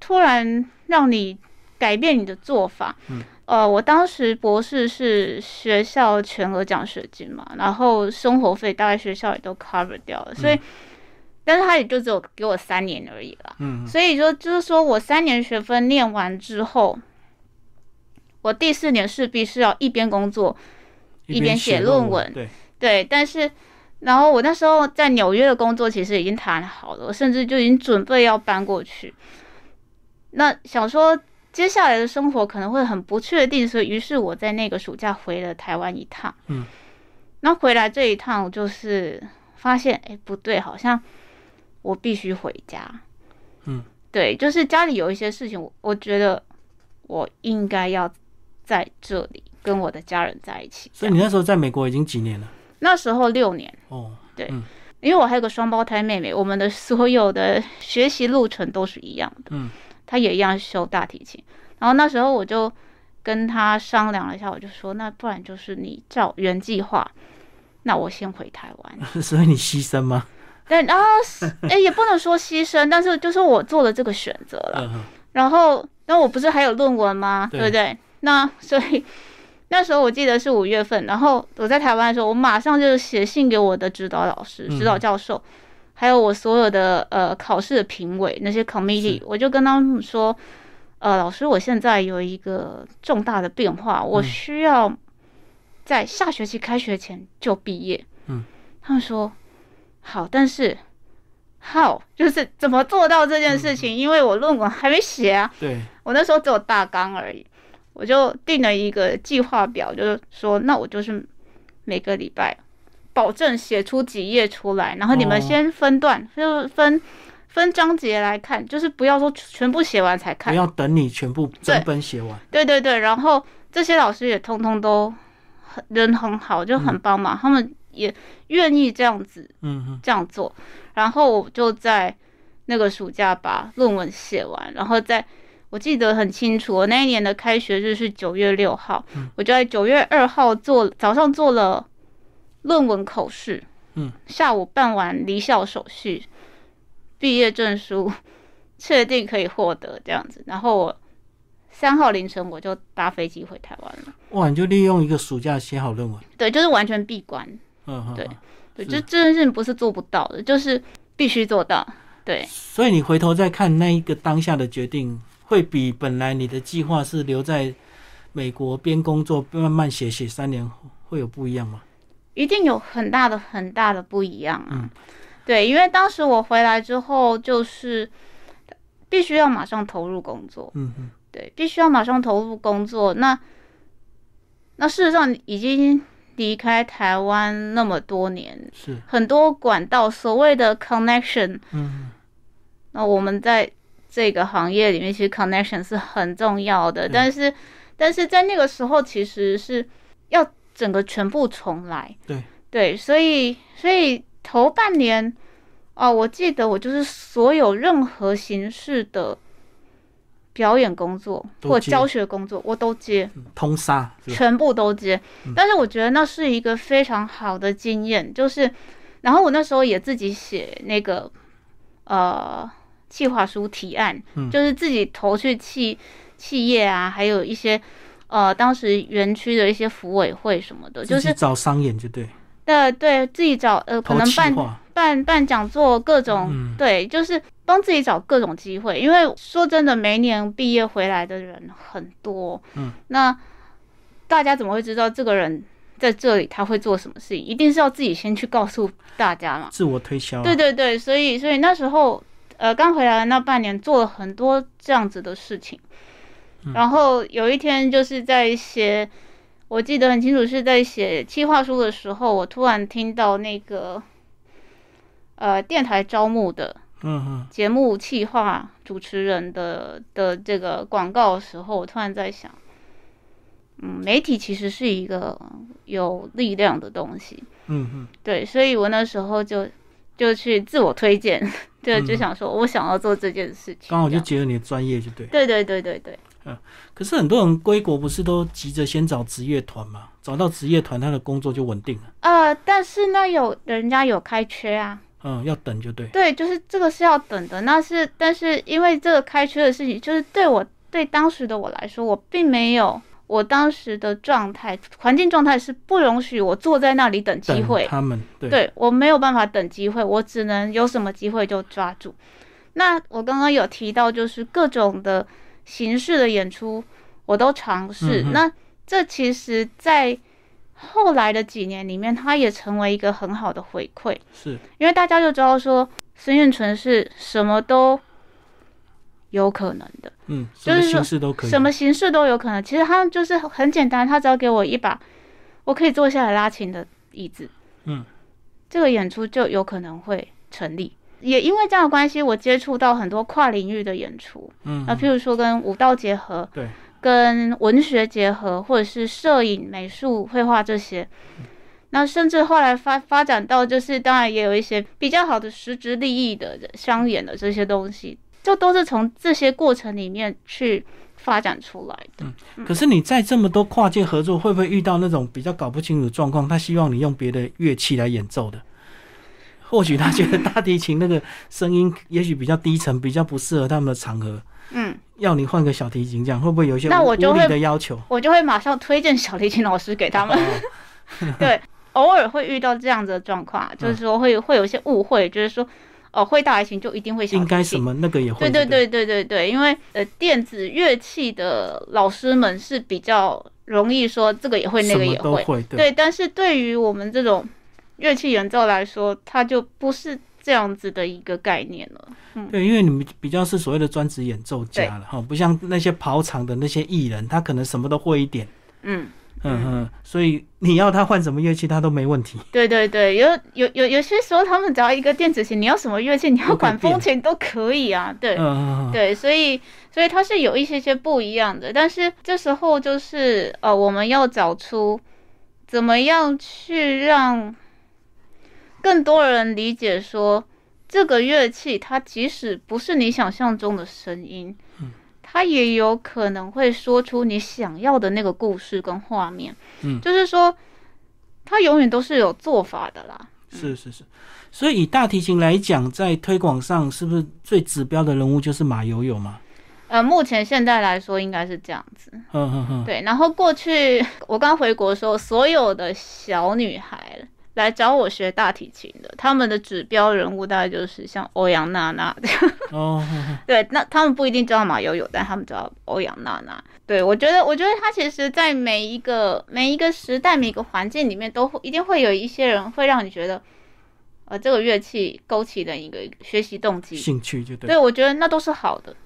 Speaker 2: 突然让你改变你的做法。
Speaker 1: 嗯，
Speaker 2: 呃，我当时博士是学校全额奖学金嘛，然后生活费大概学校也都 cover 掉了，
Speaker 1: 嗯
Speaker 2: 所以，但是他也就只有给我三年而已啦。
Speaker 1: 嗯
Speaker 2: 所以说，就是说我三年学分念完之后，我第四年势必是要一边工作一边写论文
Speaker 1: 对，
Speaker 2: 对，但是，然后我那时候在纽约的工作其实已经谈好了，我甚至就已经准备要搬过去。那想说接下来的生活可能会很不确定，所以于是我在那个暑假回了台湾一趟。
Speaker 1: 嗯，
Speaker 2: 那回来这一趟，我就是发现，哎，不对，好像我必须回家。
Speaker 1: 嗯，
Speaker 2: 对，就是家里有一些事情，我我觉得我应该要在这里跟我的家人在一起。
Speaker 1: 所以你那时候在美国已经几年了？
Speaker 2: 那时候六年。
Speaker 1: 哦， *laughs*
Speaker 2: 因为我还有个双胞胎妹妹，我们的所有的学习路程都是一样的。
Speaker 1: 嗯，
Speaker 2: 她也一样修大提琴。然后那时候我就跟她商量了一下，我就说，那不然就是你照原计划，那我先回台湾。 *laughs*
Speaker 1: 所以你牺牲吗？
Speaker 2: 但然后是，哎、也不能说牺牲，但是就是我做了这个选择了。
Speaker 1: 嗯，嗯
Speaker 2: 然后，那我不是还有论文吗？
Speaker 1: 对
Speaker 2: 对不对？那所以那时候我记得是五月份，然后我在台湾的时候，我马上就写信给我的指导老师、
Speaker 1: 嗯
Speaker 2: 指导教授，还有我所有的呃考试的评委那些 committee，我就跟他们说，呃，老师，我现在有一个重大的变化，
Speaker 1: 嗯
Speaker 2: 我需要在下学期开学前就毕业。
Speaker 1: 嗯，
Speaker 2: 他们说好，但是。how 就是怎么做到这件事情，因为我论文还没写啊，
Speaker 1: 对，
Speaker 2: 我那时候只有大纲而已，我就定了一个计划表，就是说，那我就是每个礼拜保证写出几页出来，然后你
Speaker 1: 哦
Speaker 2: 们先分段，就是分分章节来看，就是不要说全部写完才
Speaker 1: 不
Speaker 2: 看。
Speaker 1: 要等你全部整本写完。
Speaker 2: 对对对，然后这些老师也通通都很人很好，就很帮忙，他们也愿意这样子
Speaker 1: 嗯嗯
Speaker 2: 这样做，然后我就在那个暑假把论文写完，然后在我记得很清楚，我那一年的开学日是九月六号，
Speaker 1: 嗯
Speaker 2: 我就在九月二号做早上做了论文口试，
Speaker 1: 嗯，
Speaker 2: 下午办完离校手续，毕业证书确定可以获得这样子，然后我三号凌晨我就搭飞机回台湾了。
Speaker 1: 哇，你就利用一个暑假写好论文，
Speaker 2: 对，就是完全闭关。
Speaker 1: 嗯，嗯
Speaker 2: 对
Speaker 1: 嗯
Speaker 2: 对，
Speaker 1: 是
Speaker 2: 这这件事情不是做不到的，就是必须做到。对，
Speaker 1: 所以你回头再看那一个当下的决定，会比本来你的计划是留在美国边工作边慢慢写写三年，会有不一样吗？
Speaker 2: 一定有很大的很大的不一样啊。
Speaker 1: 嗯
Speaker 2: 对，因为当时我回来之后，就是必须要马上投入工作，
Speaker 1: 嗯嗯，
Speaker 2: 对，必须要马上投入工作。那那事实上已经离开台湾那么多年，
Speaker 1: 是，
Speaker 2: 很多管道所谓的 connection，
Speaker 1: 嗯
Speaker 2: 那我们在这个行业里面，其实 connection 是很重要的，
Speaker 1: 对
Speaker 2: 但是但是在那个时候其实是要整个全部重来，
Speaker 1: 对
Speaker 2: 对，所以所以头半年哦，我记得我就是所有任何形式的表演工作
Speaker 1: 都
Speaker 2: 或
Speaker 1: 接
Speaker 2: 教学工作我都接，
Speaker 1: 嗯，通杀是吧？
Speaker 2: 全部都接。
Speaker 1: 嗯
Speaker 2: 但是我觉得那是一个非常好的经验，就是，然后我那时候也自己写那个呃计划书提案，
Speaker 1: 嗯
Speaker 2: 就是自己投去企企业啊，还有一些呃当时园区的一些服委会什么的，就
Speaker 1: 自己
Speaker 2: 是
Speaker 1: 找商演就对，
Speaker 2: 对对自己找呃可
Speaker 1: 投
Speaker 2: 能
Speaker 1: 企
Speaker 2: 办
Speaker 1: 划，
Speaker 2: 办办讲座，各种、
Speaker 1: 嗯
Speaker 2: 对，就是帮自己找各种机会。因为说真的，每一年毕业回来的人很多，
Speaker 1: 嗯，
Speaker 2: 那大家怎么会知道这个人在这里他会做什么事情？一定是要自己先去告诉大家嘛。
Speaker 1: 自我推销啊，
Speaker 2: 对对对，所以所以那时候呃刚回来的那半年做了很多这样子的事情，然后有一天就是在写，我记得很清楚是在写计划书的时候，我突然听到那个呃电台招募的
Speaker 1: 嗯嗯，
Speaker 2: 节目企划主持人的的这个广告的时候，我突然在想。嗯，媒体其实是一个有力量的东西，
Speaker 1: 嗯嗯，
Speaker 2: 对，所以我那时候就就去自我推荐， *laughs* 对，
Speaker 1: 嗯
Speaker 2: 就想说我想要做这件事情。
Speaker 1: 刚好
Speaker 2: 这
Speaker 1: 就
Speaker 2: 样
Speaker 1: 结合你的专业就对。
Speaker 2: 对对对对对，
Speaker 1: 可是很多人归国不是都急着先找职业团嘛？找到职业团，他的工作就稳定了。
Speaker 2: 呃，但是呢，有人家有开缺啊，
Speaker 1: 嗯，要等就对。
Speaker 2: 对，就是这个是要等的。那是，但是因为这个开缺的事情，就是对我对当时的我来说，我并没有我当时的状态环境状态是不容许我坐在那里等机
Speaker 1: 等
Speaker 2: 会，
Speaker 1: 他们对
Speaker 2: 对我没有办法等机会，我只能有什么机会就抓住。那我刚刚有提到，就是各种的形式的演出，我都尝试。
Speaker 1: 嗯嗯
Speaker 2: 那这其实，在后来的几年里面，它也成为一个很好的回馈，
Speaker 1: 是
Speaker 2: 因为大家就知道说，孙运纯是什么都有可能的。
Speaker 1: 嗯，
Speaker 2: 就
Speaker 1: 什么
Speaker 2: 是说
Speaker 1: 形式都可以。
Speaker 2: 什么形式都有可能。其实他就是很简单，他只要给我一把我可以坐下来拉琴的椅子，
Speaker 1: 嗯，
Speaker 2: 这个演出就有可能会成立。也因为这样的关系，我接触到很多跨领域的演出，
Speaker 1: 嗯
Speaker 2: 啊那譬如说跟舞蹈结合，
Speaker 1: 对，
Speaker 2: 跟文学结合，或者是摄影、美术、绘画这些。那甚至后来发发展到，就是当然也有一些比较好的实质利益的商演的这些东西，就都是从这些过程里面去发展出来的。
Speaker 1: 可是你在这么多跨界合作，会不会遇到那种比较搞不清楚的状况？他希望你用别的乐器来演奏的，或许他觉得大提琴那个声音也许比较低沉，比较不适合他们的场合，
Speaker 2: 嗯，
Speaker 1: 要你换个小提琴，这样会不会有一些
Speaker 2: 那
Speaker 1: 无
Speaker 2: 我就
Speaker 1: 无理
Speaker 2: 会
Speaker 1: 的要求？
Speaker 2: 我就会马上推荐小提琴老师
Speaker 1: *laughs*
Speaker 2: 给他们。对，偶尔会遇到这样子的状况啊，就是说会会有一些误会，就是说哦，会大提琴就一定会小提琴，
Speaker 1: 应该什么那个也会
Speaker 2: 对对
Speaker 1: 不
Speaker 2: 对对对对，因为呃，电子乐器的老师们是比较容易说这个也会，那
Speaker 1: 什
Speaker 2: 个
Speaker 1: 么
Speaker 2: 也
Speaker 1: 都
Speaker 2: 会，
Speaker 1: 会，
Speaker 2: 对。但是对于我们这种乐器演奏来说，它就不是这样子的一个概念了。
Speaker 1: 对，因为你们比较是所谓的专职演奏家了哈，不像那些跑场的那些艺人，他可能什么都会一点，
Speaker 2: 嗯，
Speaker 1: 嗯哼，所以你要他换什么乐器，他都没问题。
Speaker 2: 对对对，有有有有些时候，他们只要一个电子琴，你要什么乐器，你要
Speaker 1: 都可以
Speaker 2: 管
Speaker 1: 变
Speaker 2: 风琴都可以啊。对，
Speaker 1: 嗯嗯嗯，
Speaker 2: 对，所以所以它是有一些些不一样的，但是这时候就是呃，我们要找出怎么样去让更多人理解说，这个乐器它即使不是你想象中的声音，它也有可能会说出你想要的那个故事跟画面。
Speaker 1: 嗯
Speaker 2: 就是说，它永远都是有做法的啦。
Speaker 1: 是是是。所以以大提琴来讲，在推广上是不是最指标的人物就是马友友嘛？
Speaker 2: 呃，目前现在来说应该是这样子。
Speaker 1: 呵呵呵，
Speaker 2: 对，然后过去我刚回国的时候，所有的小女孩来找我学大提琴的，他们的指标人物大概就是像欧阳娜娜 *laughs* 这样。
Speaker 1: 哦，呵呵
Speaker 2: 对，那他们不一定知道马友友，但他们知道欧阳娜娜。对我觉得，我觉得他其实，在每一个每一个时代、每一个环境里面，都会一定会有一些人会让你觉得，呃，这个乐器勾起了一个学习动机。
Speaker 1: 兴趣就对，
Speaker 2: 对，我觉得那都是好的。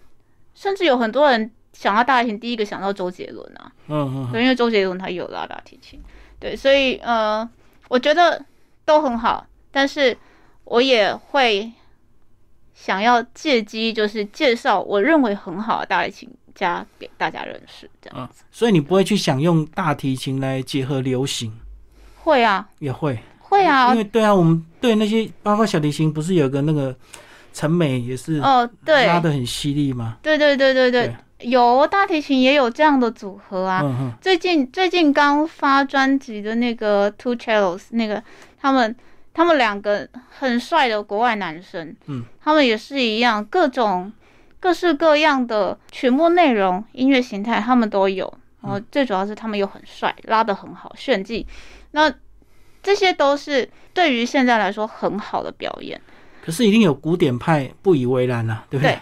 Speaker 2: 甚至有很多人想到大提琴，第一个想到周杰伦啊，
Speaker 1: 嗯嗯嗯，
Speaker 2: 对，因为周杰伦他有拉大提琴，对，所以呃，我觉得都很好，但是我也会想要借机就是介绍我认为很好的大提琴家给大家认识，这样
Speaker 1: 啊，所以你不会去想用大提琴来结合流行，
Speaker 2: 会啊，
Speaker 1: 也会，
Speaker 2: 会啊
Speaker 1: 因，为对啊，我们对那些包括小提琴，不是有个那个陈美也是
Speaker 2: 哦，对，
Speaker 1: 拉的很犀利吗？
Speaker 2: 对对对对对，有大提琴也有这样的组合啊，
Speaker 1: 嗯嗯，
Speaker 2: 最近最近刚发专辑的那个 Two Cellos，那个他们他们两个很帅的国外男生，
Speaker 1: 嗯，
Speaker 2: 他们也是一样，各种各式各样的曲目内容、音乐形态他们都有，
Speaker 1: 嗯
Speaker 2: 然后最主要是他们又很帅，拉的很好，炫技，那这些都是对于现在来说很好的表演。
Speaker 1: 可是一定有古典派不以为然啊，对不对？
Speaker 2: 对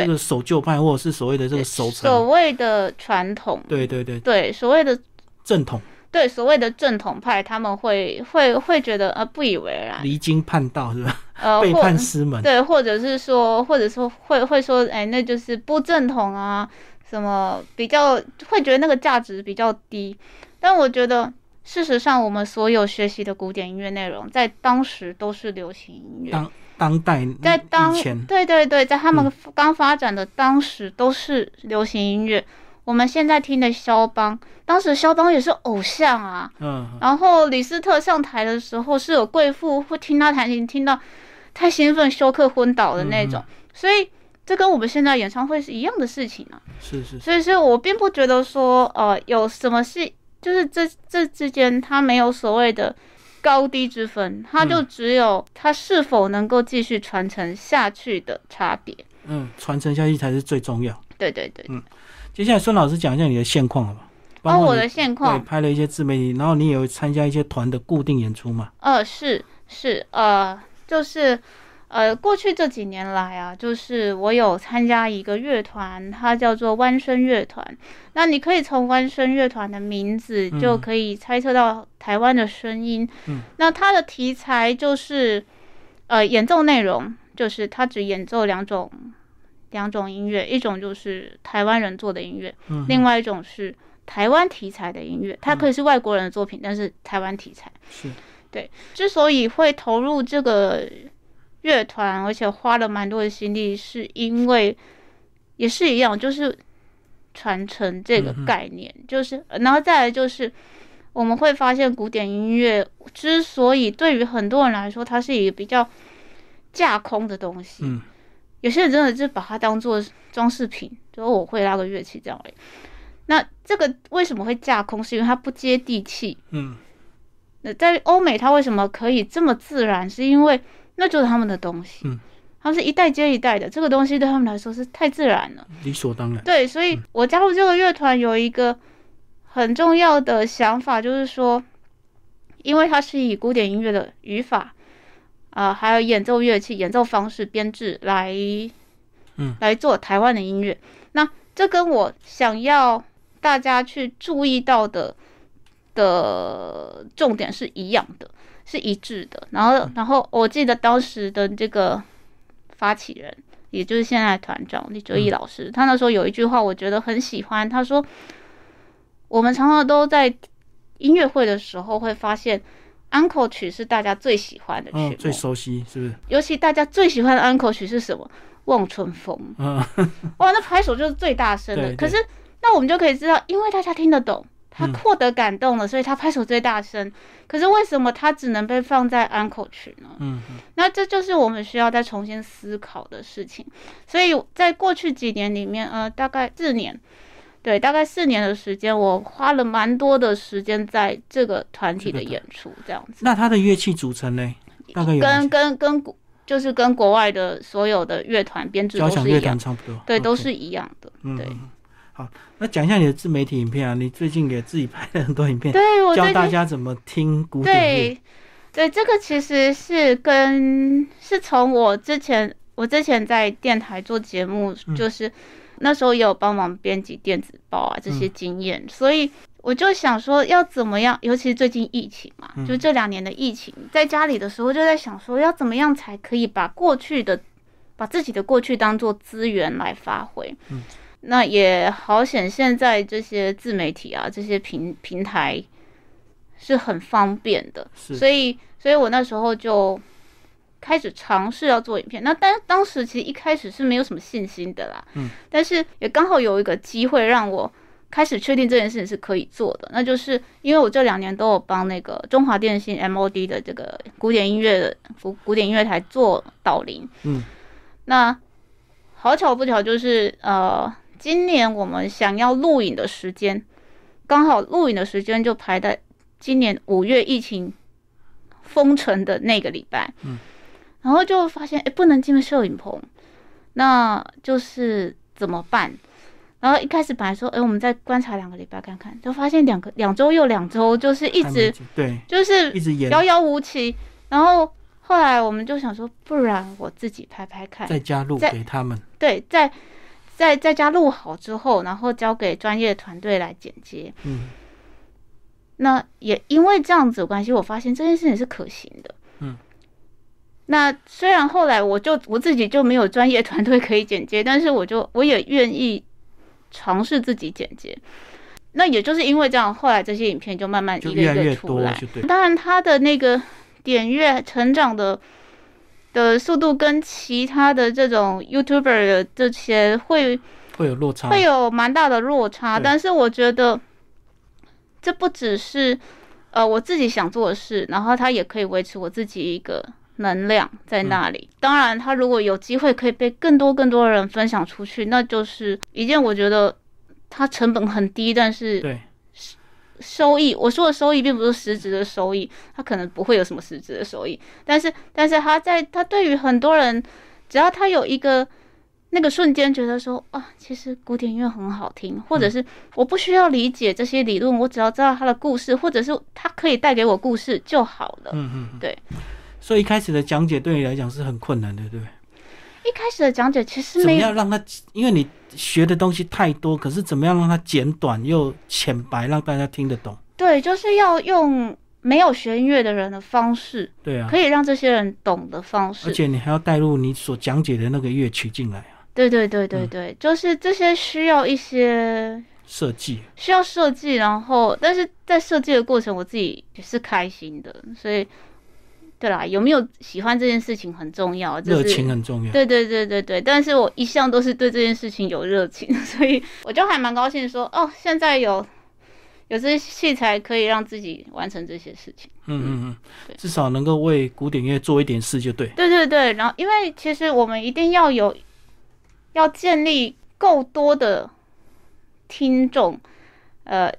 Speaker 2: 对
Speaker 1: 这个守旧派或者是所谓的这个守
Speaker 2: 所
Speaker 1: 成，
Speaker 2: 谓的传统，
Speaker 1: 对对对，
Speaker 2: 对所谓的
Speaker 1: 正统
Speaker 2: 对所谓的正统派，他们会会会觉得呃不以为然，
Speaker 1: 离经叛道是吧？
Speaker 2: 呃
Speaker 1: 背
Speaker 2: 或
Speaker 1: 叛师门，
Speaker 2: 对，或者是说，或者说会会说，哎，那就是不正统啊，什么比较会觉得那个价值比较低。但我觉得，事实上，我们所有学习的古典音乐内容，在当时都是流行音乐。
Speaker 1: 当当代
Speaker 2: 在当
Speaker 1: 以前，
Speaker 2: 对对对，在他们
Speaker 1: 嗯
Speaker 2: 刚发展的当时都是流行音乐。我们现在听的肖邦，当时肖邦也是偶像啊。
Speaker 1: 嗯，
Speaker 2: 然后李斯特上台的时候，是有贵妇会听他弹琴，听到太兴奋休克昏倒的那
Speaker 1: 嗯
Speaker 2: 种，所以这跟我们现在演唱会是一样的事情啊。
Speaker 1: 是是，
Speaker 2: 所以，所以我并不觉得说，呃，有什么是就是这这之间它没有所谓的高低之分，它
Speaker 1: 嗯
Speaker 2: 就只有它是否能够继续传承下去的差别。
Speaker 1: 嗯，传承下去才是最重要。
Speaker 2: 对对对，
Speaker 1: 接下来孙老师讲一下你的现况好不好？
Speaker 2: 包
Speaker 1: 包括
Speaker 2: 括哦我
Speaker 1: 你
Speaker 2: 的现况
Speaker 1: 对，，拍了一些自媒体，然后你也有参加一些团的固定演出嘛？
Speaker 2: 呃，是是，呃，就是呃，过去这几年来啊，就是我有参加一个乐团，它叫做弯声乐团。那你可以从弯声乐团的名字就
Speaker 1: 嗯
Speaker 2: 可以猜测到台湾的声音。
Speaker 1: 嗯
Speaker 2: 那它的题材就是呃，演奏内容就是它只演奏两种两种音乐，一种就是台湾人做的音乐，
Speaker 1: 嗯
Speaker 2: 另外一种是台湾题材的音乐。它可以是外国人的作品，但是台湾题材。
Speaker 1: 是，
Speaker 2: 之所以会投入这个乐团，而且花了蛮多的心力，是因为也是一样，就是传承这个
Speaker 1: 嗯哼
Speaker 2: 概念，就是呃然后再来就是我们会发现，古典音乐之所以对于很多人来说，它是一个比较架空的东西，
Speaker 1: 嗯
Speaker 2: 有些人真的是把它当做装饰品，就哦我会拉个乐器这样而已。那这个为什么会架空？是因为它不接地气，
Speaker 1: 嗯，
Speaker 2: 那在欧美，它为什么可以这么自然？是因为那就是他们的东西，
Speaker 1: 嗯
Speaker 2: 他们是一代接一代的，这个东西对他们来说是太自然了。
Speaker 1: 理所当然。
Speaker 2: 对，所以我加入这个乐团有一个很重要的想法，就是说，因为它是以古典音乐的语法，啊、还有演奏乐器、演奏方式、编制来，
Speaker 1: 嗯，
Speaker 2: 来做台湾的音乐。那这跟我想要大家去注意到的的重点是一样的，是一致的。然后，呃然后我记得当时的这个发起人。也就是现在的团长李哲毅老师，他那时候有一句话，我觉得很喜欢。他说：“我们常常都在音乐会的时候会发现，uncle 曲是大家最喜欢的曲
Speaker 1: 嗯，最
Speaker 2: 目，
Speaker 1: 熟悉是不是？
Speaker 2: 尤其大家最喜欢的 uncle 曲是什么？望春风。
Speaker 1: 嗯，
Speaker 2: 哇，那拍手就是最大声的。
Speaker 1: 对对
Speaker 2: 可是，那我们就可以知道，因为大家听得懂，他
Speaker 1: 嗯
Speaker 2: 获得感动了，所以他拍手最大声。可是为什么他只能被放在 uncle 曲呢？
Speaker 1: 嗯，
Speaker 2: 那这就是我们需要再重新思考的事情。所以在过去几年里面，呃，大概四年，对，大概四年的时间，我花了蛮多的时间在这个团体的演出，这样子，
Speaker 1: 那它的乐器组成呢？大概有哪
Speaker 2: 跟
Speaker 1: 些
Speaker 2: 跟跟古就是跟国外的所有的乐团编制
Speaker 1: 交
Speaker 2: 都
Speaker 1: 响
Speaker 2: 是一
Speaker 1: 乐团，
Speaker 2: 样
Speaker 1: 差不多，
Speaker 2: 对，都
Speaker 1: OK
Speaker 2: 是一样的。
Speaker 1: 嗯，
Speaker 2: 对
Speaker 1: 嗯嗯好，那讲一下你的自媒体影片啊，你最近也自己拍了很多影片，
Speaker 2: 对我
Speaker 1: 教
Speaker 2: 最
Speaker 1: 大
Speaker 2: 近
Speaker 1: 家怎么听古典乐。
Speaker 2: 对对，这个其实是跟是从我之前我之前在电台做节目，
Speaker 1: 嗯
Speaker 2: 就是那时候也有帮忙编辑电子报啊这些
Speaker 1: 嗯
Speaker 2: 经验，所以我就想说要怎么样，尤其是最近疫情嘛，就
Speaker 1: 嗯
Speaker 2: 这两年的疫情，在家里的时候就在想说要怎么样才可以把过去的把自己的过去当做资源来发挥。
Speaker 1: 嗯
Speaker 2: 那也好显，现在这些自媒体啊，这些平平台是很方便的，
Speaker 1: 是
Speaker 2: 所以，所以我那时候就开始尝试要做影片。那当当时其实一开始是没有什么信心的啦，
Speaker 1: 嗯，
Speaker 2: 但是也刚好有一个机会让我开始确定这件事情是可以做的，那就是因为我这两年都有帮那个中华电信 MOD 的这个古典音乐古古典音乐台做导聆，
Speaker 1: 嗯，
Speaker 2: 那好巧不巧，就是呃，今年我们想要录影的时间，刚好录影的时间就排在今年五月疫情封城的那个礼拜。
Speaker 1: 嗯，
Speaker 2: 然后就发现哎、诶不能进摄影棚，那就是怎么办？然后一开始本来说，哎、我们再观察两个礼拜看看，就发现两个两周又两周，就是一
Speaker 1: 还没
Speaker 2: 直
Speaker 1: 进对，
Speaker 2: 就是
Speaker 1: 一直演，
Speaker 2: 遥遥无期。然后后来我们就想说，不然我自己拍拍看，
Speaker 1: 再加入
Speaker 2: 在
Speaker 1: 给他们。
Speaker 2: 对，在在在家录好之后，然后交给专业团队来剪接。
Speaker 1: 嗯
Speaker 2: 那也因为这样子的关系，我发现这件事情是可行的。
Speaker 1: 嗯，
Speaker 2: 那虽然后来我就我自己就没有专业团队可以剪接，但是我就我也愿意尝试自己剪接。那也就是因为这样，后来这些影片就慢慢
Speaker 1: 就
Speaker 2: 一个一
Speaker 1: 越来
Speaker 2: 个
Speaker 1: 越
Speaker 2: 出
Speaker 1: 多
Speaker 2: 来。
Speaker 1: 就对
Speaker 2: 当然，它的那个点阅成长的的速度跟其他的这种 YouTuber 的这些会
Speaker 1: 会有落差，
Speaker 2: 会有蛮大的落差，
Speaker 1: 对
Speaker 2: 但是我觉得这不只是呃我自己想做的事，然后它也可以维持我自己一个能量在那里。当然，它如果有机会可以被更多更多人分享出去，那就是一件我觉得它成本很低，但是
Speaker 1: 对，
Speaker 2: 收益，我说的收益并不是实质的收益，它可能不会有什么实质的收益，但是，但是它在它对于很多人，只要他有一个那个瞬间觉得说啊，其实古典音乐很好听，或者
Speaker 1: 嗯
Speaker 2: 是我不需要理解这些理论，我只要知道它的故事，或者是它可以带给我故事就好了。
Speaker 1: 嗯嗯，嗯
Speaker 2: 呃对。
Speaker 1: 所以一开始的讲解对你来讲是很困难的，对不对？
Speaker 2: 一开始的讲解其
Speaker 1: 怎
Speaker 2: 实
Speaker 1: 么
Speaker 2: 没有
Speaker 1: 样让他？因为你学的东西太多，可是怎么样让它简短又浅白，让大家听得懂？
Speaker 2: 对，就是要用没有学音乐的人的方式，
Speaker 1: 对啊
Speaker 2: 可，以让这些人懂的方式
Speaker 1: 而。且你还要带入你所讲解的那个乐曲进来啊，
Speaker 2: 对对对对
Speaker 1: 嗯
Speaker 2: 对，就是这些需要一些
Speaker 1: 设计。
Speaker 2: 需要设计，然后但是在设计的过程，我自己也是开心的，所以对啦，有没有喜欢这件事情很重要，就
Speaker 1: 热
Speaker 2: 是
Speaker 1: 情啊很重要，
Speaker 2: 对对对对对，但是我一向都是对这件事情有热情， *laughs* 所以我就还蛮高兴说，哦，现在有有这些器材可以让自己完成这些事情。
Speaker 1: 嗯嗯嗯
Speaker 2: 对，
Speaker 1: 至少能够为古典乐做一点事就对。
Speaker 2: 对对对，然后因为其实我们一定要有要建立够多的听众，呃，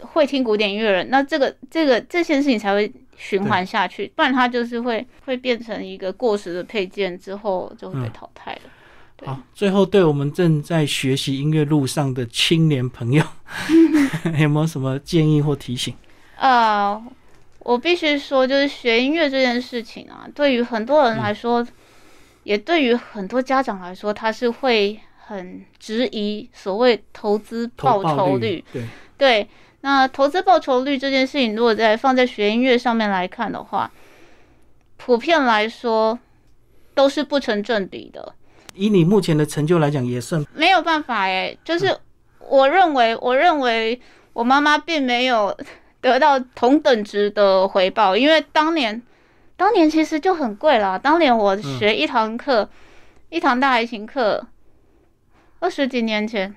Speaker 2: 会听古典音乐人，那这个这个这件事情才会循环下去，不然它就是会会变成一个过时的配件，之后就会被
Speaker 1: 嗯
Speaker 2: 淘汰了。对
Speaker 1: 好，最后对我们正在学习音乐路上的青年朋友， *laughs* 有没有什么建议或提醒？
Speaker 2: 呃，我必须说，就是学音乐这件事情啊，对于很多人来说，也对于很多家长来说，他是会很质疑所谓投资
Speaker 1: 投
Speaker 2: 报酬率。
Speaker 1: 率，对，
Speaker 2: 对，那投资报酬率这件事情，如果在放在学音乐上面来看的话，普遍来说都是不成正比的。
Speaker 1: 以你目前的成就来讲，也算 *laughs*
Speaker 2: 没有办法哎、
Speaker 1: 嗯
Speaker 2: 就是我认为，我认为我妈妈并没有得到同等值的回报，因为当年，当年其实就很贵啦。当年我
Speaker 1: 嗯
Speaker 2: 学一堂课，一堂大提琴课，二十几年前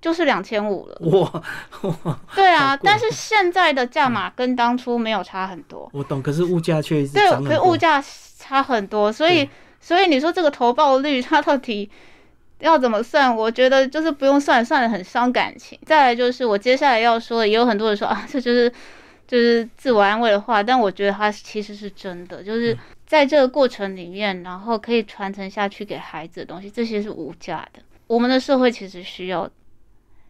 Speaker 2: 就是两千五了。
Speaker 1: 我 *laughs* 我
Speaker 2: 对啊
Speaker 1: 好，贵嗯
Speaker 2: 但是现在的价码跟当初没有差很多。
Speaker 1: 我懂，可是物价却一直
Speaker 2: 对，
Speaker 1: 涨
Speaker 2: 可
Speaker 1: 很
Speaker 2: 是物
Speaker 1: 多。
Speaker 2: 价差很多，所以所以你说这个投报率它到底要怎么算？我觉得就是不用算，算的很伤感情。再来就是我接下来要说的，也有很
Speaker 1: 嗯
Speaker 2: 多人说啊，这就是就是自我安慰的话，但我觉得它其实是真的，就是在这个过程里面，然后可以传承下去给孩子的东西，这些是无价的。我们的社会其实需要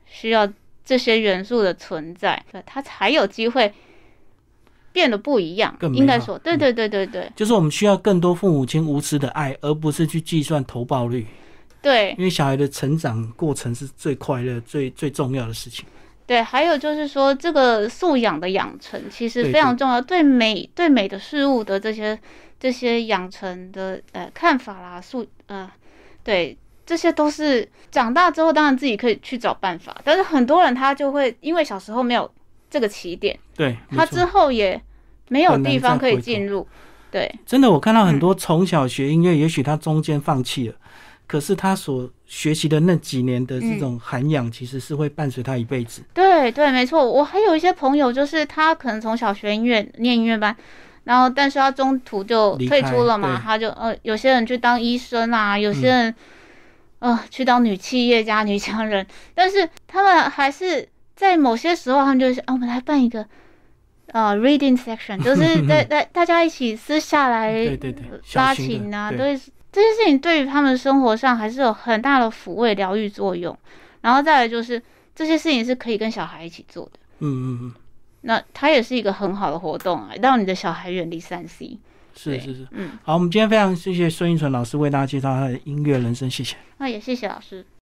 Speaker 2: 需要这些元素的存在，对，它才有机会变得不一样
Speaker 1: 更。美好
Speaker 2: 应该说，对对对对对、
Speaker 1: 就是我们需要更多父母亲无私的爱，而不是去计算投报率，
Speaker 2: 对
Speaker 1: 因为小孩的成长过程是最快乐、最最重要的事情。
Speaker 2: 对。还有就是说，这个素养的养成其实
Speaker 1: 对
Speaker 2: 非常
Speaker 1: 对
Speaker 2: 重要，对美对美的事物的这些这些养成的呃看法啦，素呃对。这些都是长大之后，当然自己可以去找办法，但是很多人他就会因为小时候没有这个起点，
Speaker 1: 对，
Speaker 2: 他
Speaker 1: 没错
Speaker 2: 之后也没有地方可以
Speaker 1: 很难再回头
Speaker 2: 进入。对
Speaker 1: 真的，我看到很
Speaker 2: 嗯
Speaker 1: 多从小学音乐，也许他中间放弃了，可是他所学习的那几年的这种涵养，其实是会伴随他一辈子。
Speaker 2: 对对，没错。我还有一些朋友，就是他可能从小学音乐念音乐班，然后但是他中途就
Speaker 1: 离
Speaker 2: 退
Speaker 1: 开
Speaker 2: 出了嘛，
Speaker 1: 对嗯
Speaker 2: 他就呃，有些人去当医生啊，有些人、呃去当女企业家、 *laughs* 女强人，但是他们还是在某些时候，他们就是啊，我们来办一个。呃、r e a d i n g section 就
Speaker 1: *laughs*
Speaker 2: 是在在大家一起私下来
Speaker 1: 对对对，小
Speaker 2: 拉
Speaker 1: 型的
Speaker 2: 琴呃啊，
Speaker 1: 对，
Speaker 2: 对这些事情对于他们生活上还是有很大的抚慰疗愈作用。然后再来就是这些事情是可以跟小孩一起做的，
Speaker 1: 嗯嗯嗯，
Speaker 2: 那它也是一个很好的活动啊，让你的小孩远离三 C。
Speaker 1: 是
Speaker 2: 对
Speaker 1: 是是。
Speaker 2: 嗯，
Speaker 1: 好，我们今天非常谢谢孙英纯老师为大家介绍他的音乐人生，谢谢。
Speaker 2: 那也谢谢老师。